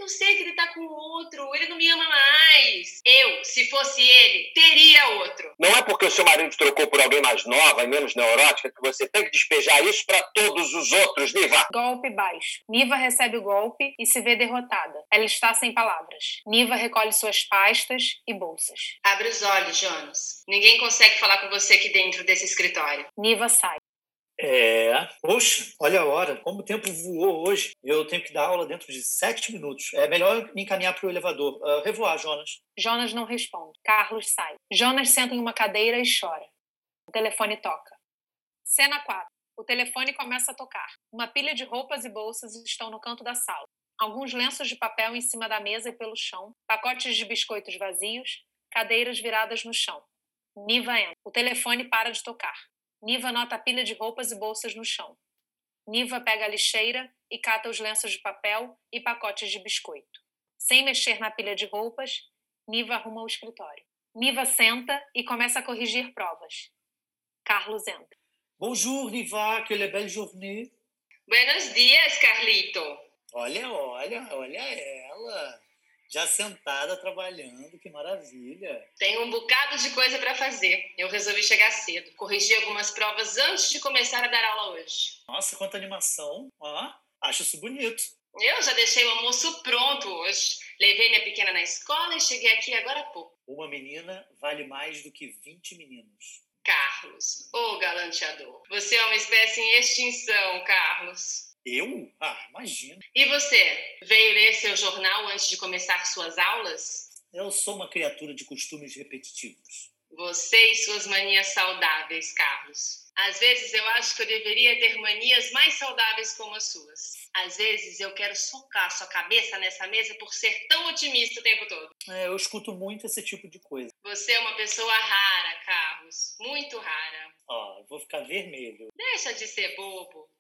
Speaker 4: Eu sei que ele tá com outro. Ele não me ama mais. Eu, se fosse ele, teria outro.
Speaker 6: Não é porque o seu marido trocou por alguém mais nova e menos neurótica que você tem que despejar isso pra todos os outros, Niva.
Speaker 2: Golpe baixo. Niva recebe o golpe e se vê derrotada. Ela está sem palavras. Niva recolhe suas pastas e bolsas.
Speaker 4: Abre os olhos, Jonas. Ninguém consegue falar com você aqui dentro desse escritório.
Speaker 2: Niva sai.
Speaker 3: É. Poxa, olha a hora. Como o tempo voou hoje. Eu tenho que dar aula dentro de sete minutos. É melhor me encaminhar para o elevador. Ah, revoar, Jonas.
Speaker 2: Jonas não responde. Carlos sai. Jonas senta em uma cadeira e chora. O telefone toca. Cena 4. O telefone começa a tocar. Uma pilha de roupas e bolsas estão no canto da sala. Alguns lenços de papel em cima da mesa e pelo chão, pacotes de biscoitos vazios, cadeiras viradas no chão. Niva entra. O telefone para de tocar. Niva nota a pilha de roupas e bolsas no chão. Niva pega a lixeira e cata os lenços de papel e pacotes de biscoito. Sem mexer na pilha de roupas, Niva arruma o escritório. Niva senta e começa a corrigir provas. Carlos entra.
Speaker 3: Bonjour, Niva, que le belle journée.
Speaker 4: Buenos dias, Carlito.
Speaker 3: Olha, olha, olha ela. Já sentada trabalhando, que maravilha.
Speaker 4: Tenho um bocado de coisa para fazer. Eu resolvi chegar cedo, corrigir algumas provas antes de começar a dar aula hoje.
Speaker 3: Nossa, quanta animação. Ó, acho isso bonito.
Speaker 4: Eu já deixei o almoço pronto hoje. Levei minha pequena na escola e cheguei aqui agora há pouco.
Speaker 3: Uma menina vale mais do que 20 meninos.
Speaker 4: Carlos, ô galanteador. Você é uma espécie em extinção, Carlos.
Speaker 3: Eu? Ah, imagina.
Speaker 4: E você, veio ler seu jornal antes de começar suas aulas?
Speaker 3: Eu sou uma criatura de costumes repetitivos.
Speaker 4: Você e suas manias saudáveis, Carlos. Às vezes eu acho que eu deveria ter manias mais saudáveis como as suas. Às vezes eu quero socar sua cabeça nessa mesa por ser tão otimista o tempo todo.
Speaker 3: É, eu escuto muito esse tipo de coisa.
Speaker 4: Você é uma pessoa rara, Carlos. Muito rara.
Speaker 3: Ó, eu vou ficar vermelho.
Speaker 4: Deixa de ser bobo.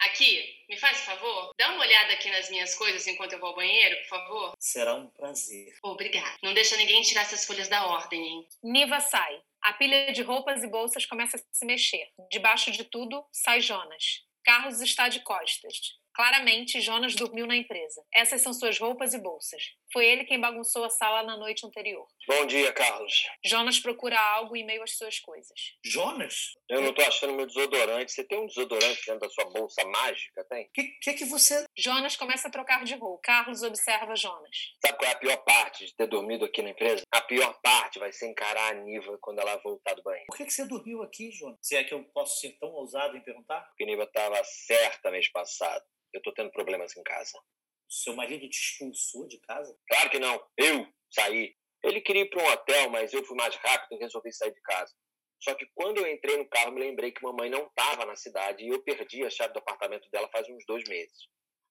Speaker 4: Aqui, me faz um favor? Dá uma olhada aqui nas minhas coisas enquanto eu vou ao banheiro, por favor.
Speaker 3: Será um prazer.
Speaker 4: Obrigada. Não deixa ninguém tirar essas folhas da ordem, hein?
Speaker 2: Niva sai. A pilha de roupas e bolsas começa a se mexer. Debaixo de tudo, sai Jonas. Carlos está de costas. Claramente, Jonas dormiu na empresa. Essas são suas roupas e bolsas. Foi ele quem bagunçou a sala na noite anterior.
Speaker 6: Bom dia, Carlos.
Speaker 2: Jonas procura algo em meio às suas coisas.
Speaker 3: Jonas?
Speaker 6: Eu não tô achando meu desodorante. Você tem um desodorante dentro da sua bolsa mágica, tem?
Speaker 3: O que, que que você...
Speaker 2: Jonas começa a trocar de roupa. Carlos observa Jonas.
Speaker 6: Sabe qual é a pior parte de ter dormido aqui na empresa? A pior parte vai ser encarar a Niva quando ela voltar do banheiro.
Speaker 3: Por que, que você dormiu aqui, Jonas? Se é que eu posso ser tão ousado em perguntar?
Speaker 6: Porque a Niva tava certa mês passado. Eu tô tendo problemas em casa.
Speaker 3: Seu marido te expulsou de casa?
Speaker 6: Claro que não. Eu saí. Ele queria ir para um hotel, mas eu fui mais rápido e resolvi sair de casa. Só que quando eu entrei no carro, me lembrei que mamãe não estava na cidade e eu perdi a chave do apartamento dela faz uns dois meses.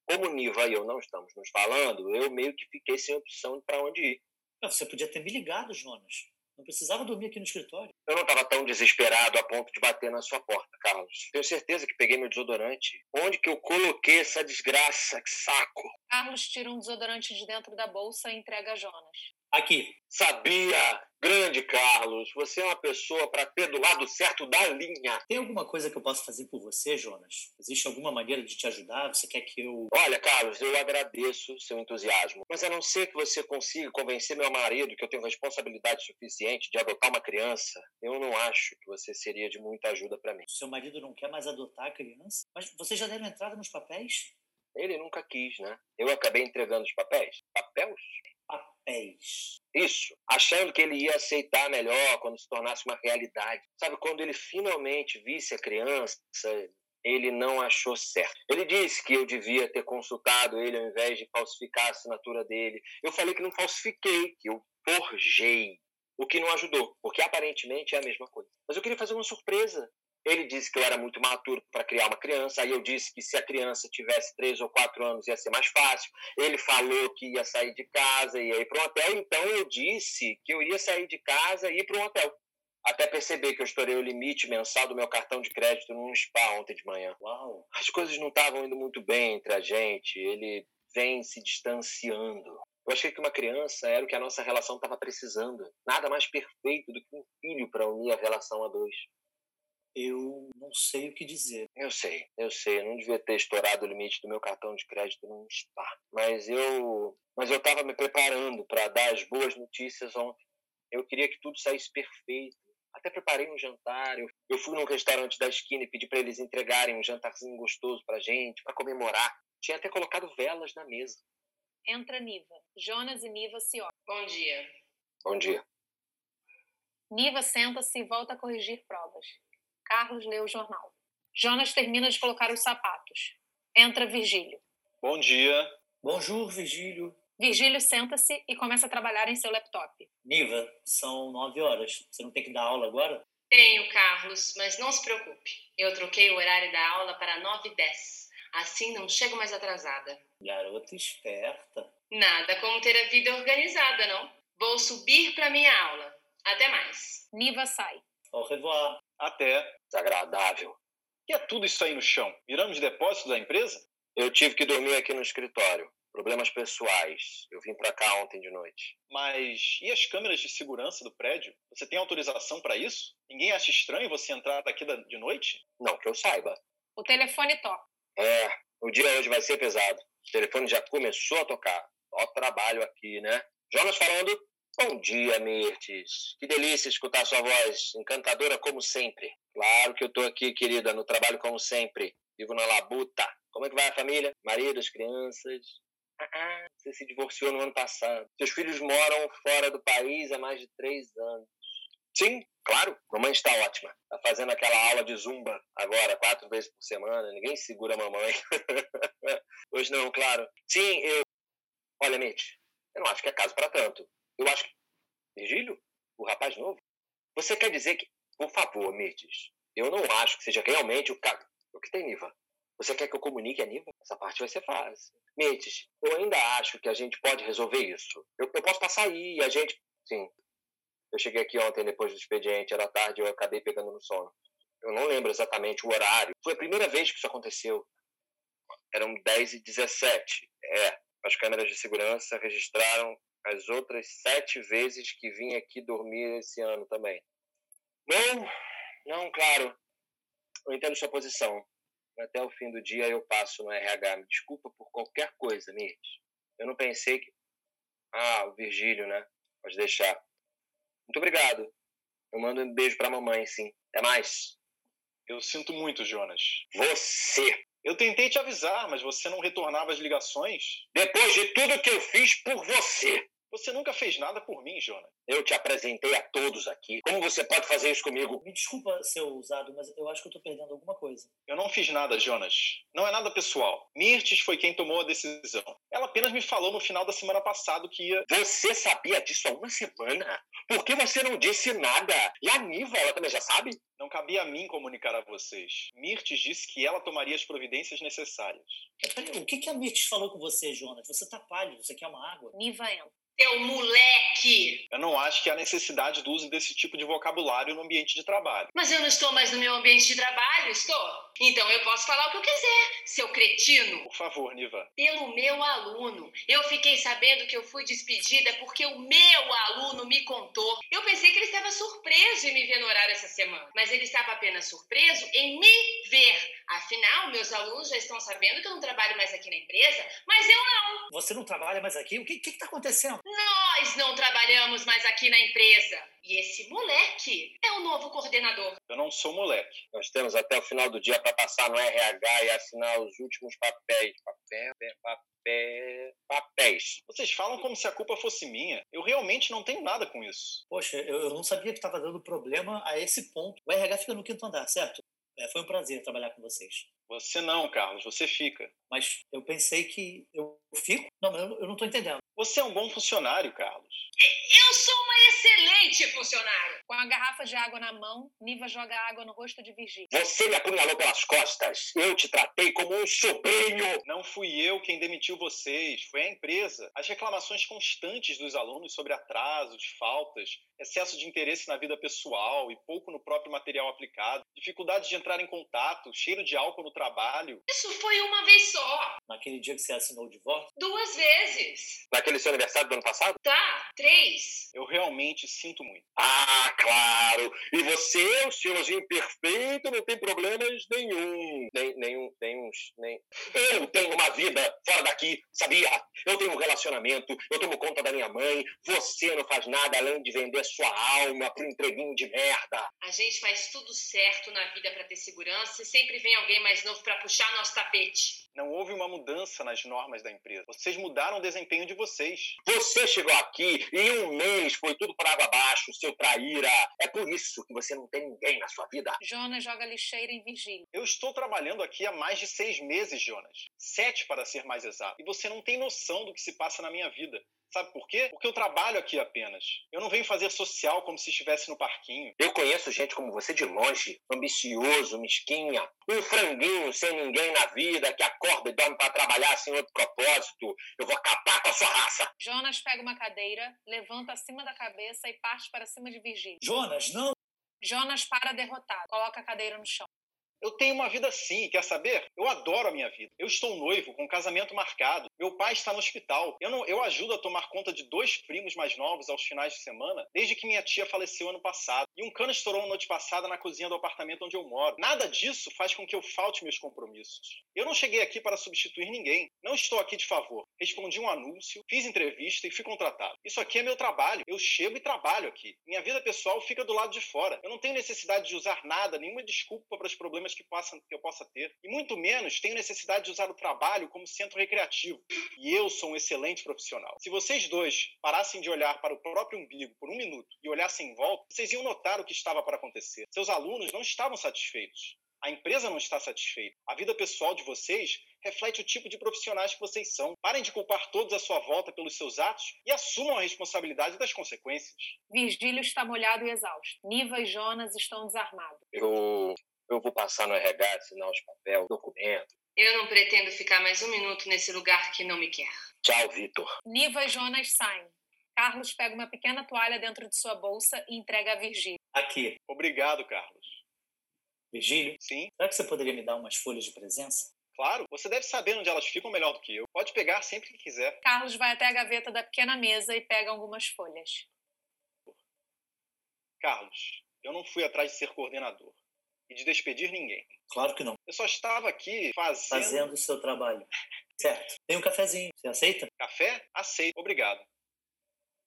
Speaker 6: Como Niva e eu não estamos nos falando, eu meio que fiquei sem opção para onde ir.
Speaker 3: Não, Ah, você podia ter me ligado, Jonas. Não precisava dormir aqui no escritório.
Speaker 6: Eu não estava tão desesperado a ponto de bater na sua porta, Carlos. Tenho certeza que peguei meu desodorante. Onde que eu coloquei essa desgraça? Que saco!
Speaker 2: Carlos tira um desodorante de dentro da bolsa e entrega a Jonas.
Speaker 3: Aqui.
Speaker 6: Sabia! Grande Carlos, você é uma pessoa para ter do lado certo da linha.
Speaker 3: Tem alguma coisa que eu posso fazer por você, Jonas? Existe alguma maneira de te ajudar? Você quer que eu.
Speaker 6: Olha, Carlos, eu agradeço seu entusiasmo, mas a não ser que você consiga convencer meu marido que eu tenho responsabilidade suficiente de adotar uma criança, eu não acho que você seria de muita ajuda para mim.
Speaker 3: Seu marido não quer mais adotar a criança? Mas você já deram entrada nos papéis?
Speaker 6: Ele nunca quis, né? Eu acabei entregando os papéis. Papéis?
Speaker 3: Papéis.
Speaker 6: Isso, achando que ele ia aceitar melhor quando se tornasse uma realidade. Sabe, quando ele finalmente visse a criança, ele não achou certo. Ele disse que eu devia ter consultado ele ao invés de falsificar a assinatura dele. Eu falei que não falsifiquei, que eu forjei. O que não ajudou, porque aparentemente é a mesma coisa. Mas eu queria fazer uma surpresa. Ele disse que eu era muito maturo para criar uma criança. Aí eu disse que se a criança tivesse três ou quatro anos ia ser mais fácil. Ele falou que ia sair de casa e ia ir para um hotel. Então eu disse que eu iria sair de casa e ir para um hotel. Até perceber que eu estourei o limite mensal do meu cartão de crédito num spa ontem de manhã.
Speaker 3: Uau!
Speaker 6: As coisas não estavam indo muito bem entre a gente. Ele vem se distanciando. Eu achei que uma criança era o que a nossa relação estava precisando. Nada mais perfeito do que um filho para unir a relação a dois.
Speaker 3: Eu não sei o que dizer.
Speaker 6: Eu sei, eu sei. Eu não devia ter estourado o limite do meu cartão de crédito num spa. Mas eu. Mas eu estava me preparando para dar as boas notícias ontem. Eu queria que tudo saísse perfeito. Até preparei um jantar. Eu, eu fui num restaurante da esquina e pedi para eles entregarem um jantarzinho gostoso pra gente, para comemorar. Tinha até colocado velas na mesa.
Speaker 2: Entra Niva. Jonas e Niva se olham.
Speaker 4: Bom dia.
Speaker 6: Bom dia.
Speaker 2: Niva senta-se e volta a corrigir provas. Carlos lê o jornal. Jonas termina de colocar os sapatos. Entra Virgílio.
Speaker 5: Bom dia.
Speaker 3: Bonjour, Virgílio.
Speaker 2: Virgílio senta-se e começa a trabalhar em seu laptop.
Speaker 3: Niva, são nove horas. Você não tem que dar aula agora?
Speaker 4: Tenho, Carlos, mas não se preocupe. Eu troquei o horário da aula para 9 e 10. Assim não chego mais atrasada.
Speaker 3: Garota esperta.
Speaker 4: Nada como ter a vida organizada, não? Vou subir para minha aula. Até mais.
Speaker 2: Niva sai.
Speaker 3: Au revoir.
Speaker 5: Até.
Speaker 6: Desagradável.
Speaker 5: E é tudo isso aí no chão? Viramos depósito da empresa?
Speaker 6: Eu tive que dormir aqui no escritório. Problemas pessoais. Eu vim pra cá ontem de noite.
Speaker 5: Mas e as câmeras de segurança do prédio? Você tem autorização para isso? Ninguém acha estranho você entrar daqui da- de noite?
Speaker 6: Não que eu saiba.
Speaker 2: O telefone toca.
Speaker 6: É, o dia hoje vai ser pesado. O telefone já começou a tocar. Ó trabalho aqui, né? Jonas falando. Bom dia, Mirtes. Que delícia escutar sua voz, encantadora como sempre. Claro que eu tô aqui, querida, no trabalho como sempre. Vivo na labuta. Como é que vai a família? Maridos, crianças? Ah, ah, você se divorciou no ano passado. Seus filhos moram fora do país há mais de três anos. Sim, claro. Mamãe está ótima. Tá fazendo aquela aula de zumba agora, quatro vezes por semana. Ninguém segura a mamãe. *laughs* Hoje não, claro. Sim, eu. Olha, Mitch, eu não acho que é caso para tanto. Eu acho que. Virgílio? O rapaz novo? Você quer dizer que. Por favor, Mitch, eu não acho que seja realmente o caso. O que tem, Niva? Você quer que eu comunique a Niva? Essa parte vai ser fácil. Mitch, eu ainda acho que a gente pode resolver isso. Eu, eu posso passar aí e a gente. Sim, eu cheguei aqui ontem depois do expediente, era tarde, eu acabei pegando no sono. Eu não lembro exatamente o horário. Foi a primeira vez que isso aconteceu. Eram 10 e 17. É, as câmeras de segurança registraram as outras sete vezes que vim aqui dormir esse ano também. Não, não, claro. Eu entendo sua posição. Até o fim do dia eu passo no RH. Me desculpa por qualquer coisa, Mirth. Eu não pensei que. Ah, o Virgílio, né? Pode deixar. Muito obrigado. Eu mando um beijo pra mamãe, sim. Até mais.
Speaker 5: Eu sinto muito, Jonas.
Speaker 6: Você!
Speaker 5: Eu tentei te avisar, mas você não retornava as ligações.
Speaker 6: Depois de tudo que eu fiz por você,
Speaker 5: Você nunca fez nada por mim, Jonas.
Speaker 6: eu te apresentei a todos aqui. Como você pode fazer isso comigo?
Speaker 3: Me desculpa ser ousado, mas eu acho que eu tô perdendo alguma coisa.
Speaker 5: Eu não fiz nada, Jonas. Não é nada pessoal. Mirtes foi quem tomou a decisão. Ela apenas me falou no final da semana passada que ia.
Speaker 6: Você sabia disso há uma semana? Por que você não disse nada? E a Niva, ela também já sabe?
Speaker 5: Não cabia a mim comunicar a vocês. Mirtes disse que ela tomaria as providências necessárias.
Speaker 3: Peraí, o que, que a Mirtes falou com você, Jonas? Você tá pálido, você quer uma água?
Speaker 2: Niva entra.
Speaker 4: Seu moleque!
Speaker 5: Eu não acho que há necessidade do uso desse tipo de vocabulário no ambiente de trabalho.
Speaker 4: Mas eu não estou mais no meu ambiente de trabalho, estou? Então eu posso falar o que eu quiser, seu cretino!
Speaker 5: Por favor, Niva.
Speaker 4: Pelo meu aluno. Eu fiquei sabendo que eu fui despedida porque o meu aluno me contou. Eu pensei que ele estava surpreso em me ver no horário essa semana, mas ele estava apenas surpreso em me ver. Afinal, meus alunos já estão sabendo que eu não trabalho mais aqui na empresa, mas eu
Speaker 3: Você não trabalha mais aqui? O que, que, que tá acontecendo?
Speaker 4: Nós não trabalhamos mais aqui na empresa. E esse moleque é o novo coordenador.
Speaker 5: Eu não sou moleque.
Speaker 6: Nós temos até o final do dia para passar no RH e assinar os últimos papéis. Papel, papel, papéis.
Speaker 5: Vocês falam como se a culpa fosse minha. Eu realmente não tenho nada com isso.
Speaker 3: Poxa, eu, eu não sabia que tava dando problema a esse ponto. O RH fica no quinto andar, certo? É, foi um prazer trabalhar com vocês.
Speaker 5: Você não, Carlos. Você fica.
Speaker 3: Mas eu pensei que eu fico. Não, mas eu, eu não tô entendendo.
Speaker 5: Você é um bom funcionário, Carlos.
Speaker 4: Eu sou uma excelente funcionária.
Speaker 2: Com a garrafa de água na mão, Niva joga água no rosto de Virgílio.
Speaker 6: Você me apunhalou pelas costas. Eu te tratei como um sobrinho.
Speaker 5: Não fui eu quem demitiu vocês, foi a empresa. As reclamações constantes dos alunos sobre atrasos, faltas, excesso de interesse na vida pessoal e pouco no próprio material aplicado, dificuldade de entrar em contato, cheiro de álcool no trabalho.
Speaker 4: Isso foi uma vez só.
Speaker 3: Naquele dia que você assinou o divórcio,
Speaker 4: Duas vezes.
Speaker 6: Naquele seu aniversário do ano passado?
Speaker 4: Tá, três.
Speaker 5: Eu realmente sinto muito.
Speaker 6: Ah, claro! E você, o senhorzinho perfeito, não tem problemas nenhum. Nem, nenhum, nenhum, nem... Eu tenho uma vida fora daqui, sabia? Eu tenho um relacionamento, eu tomo conta da minha mãe, você não faz nada além de vender sua alma pro entreguinho de merda.
Speaker 4: A gente faz tudo certo na vida pra ter segurança e sempre vem alguém mais novo pra puxar nosso tapete.
Speaker 5: Não houve uma mudança nas normas da empresa. Vocês mudaram o desempenho de vocês.
Speaker 6: Você chegou aqui e em um mês foi tudo por água abaixo, seu traíra. É por isso que você não tem ninguém na sua vida.
Speaker 2: Jonas joga lixeira em Virgílio.
Speaker 5: Eu estou trabalhando aqui há mais de seis meses, Jonas. Sete, para ser mais exato. E você não tem noção do que se passa na minha vida. Sabe por quê? Porque eu trabalho aqui apenas. Eu não venho fazer social como se estivesse no parquinho.
Speaker 6: Eu conheço gente como você de longe, ambicioso, mesquinha, um franguinho sem ninguém na vida, que acorda e dorme para trabalhar sem outro propósito. Eu vou acabar com a sua raça.
Speaker 2: Jonas pega uma cadeira, levanta acima da cabeça e parte para cima de Virgílio.
Speaker 3: Jonas, não!
Speaker 2: Jonas para derrotado, coloca a cadeira no chão.
Speaker 5: Eu tenho uma vida sim, quer saber? Eu adoro a minha vida. Eu estou noivo, com um casamento marcado. Meu pai está no hospital. Eu, não, eu ajudo a tomar conta de dois primos mais novos aos finais de semana, desde que minha tia faleceu ano passado. E um cano estourou noite passada na cozinha do apartamento onde eu moro. Nada disso faz com que eu falte meus compromissos. Eu não cheguei aqui para substituir ninguém. Não estou aqui de favor. Respondi um anúncio, fiz entrevista e fui contratado. Isso aqui é meu trabalho. Eu chego e trabalho aqui. Minha vida pessoal fica do lado de fora. Eu não tenho necessidade de usar nada, nenhuma desculpa para os problemas que, possam, que eu possa ter. E muito menos tenho necessidade de usar o trabalho como centro recreativo. E eu sou um excelente profissional. Se vocês dois parassem de olhar para o próprio umbigo por um minuto e olhassem em volta, vocês iam notar o que estava para acontecer. Seus alunos não estavam satisfeitos. A empresa não está satisfeita. A vida pessoal de vocês reflete o tipo de profissionais que vocês são. Parem de culpar todos à sua volta pelos seus atos e assumam a responsabilidade das consequências.
Speaker 2: Virgílio está molhado e exausto. Niva e Jonas estão desarmados.
Speaker 6: Eu eu vou passar no RH, assinar os papéis, documento.
Speaker 4: Eu não pretendo ficar mais um minuto nesse lugar que não me quer.
Speaker 6: Tchau, Vitor.
Speaker 2: Niva e Jonas saem. Carlos pega uma pequena toalha dentro de sua bolsa e entrega a Virgílio.
Speaker 3: Aqui,
Speaker 5: Obrigado, Carlos.
Speaker 3: Virgílio,
Speaker 5: Sim,
Speaker 3: será que você poderia me dar umas folhas de presença?
Speaker 5: claro, você deve saber onde elas ficam melhor do que eu. Pode pegar sempre que quiser.
Speaker 2: Carlos vai até a gaveta da pequena mesa e pega algumas folhas.
Speaker 5: Carlos, eu não fui atrás de ser coordenador e de despedir ninguém.
Speaker 3: Claro que não.
Speaker 5: Eu só estava aqui fazendo,
Speaker 3: Fazendo o seu trabalho. Certo. Tem um cafezinho. Você aceita?
Speaker 5: café? Aceito, obrigado.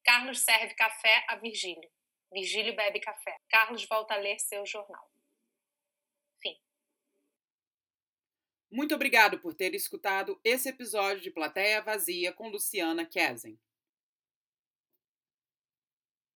Speaker 2: Carlos serve café a Virgílio. Virgílio bebe café. Carlos volta a ler seu jornal.
Speaker 1: Muito obrigado por ter escutado esse episódio de Plateia Vazia com Luciana Kesen.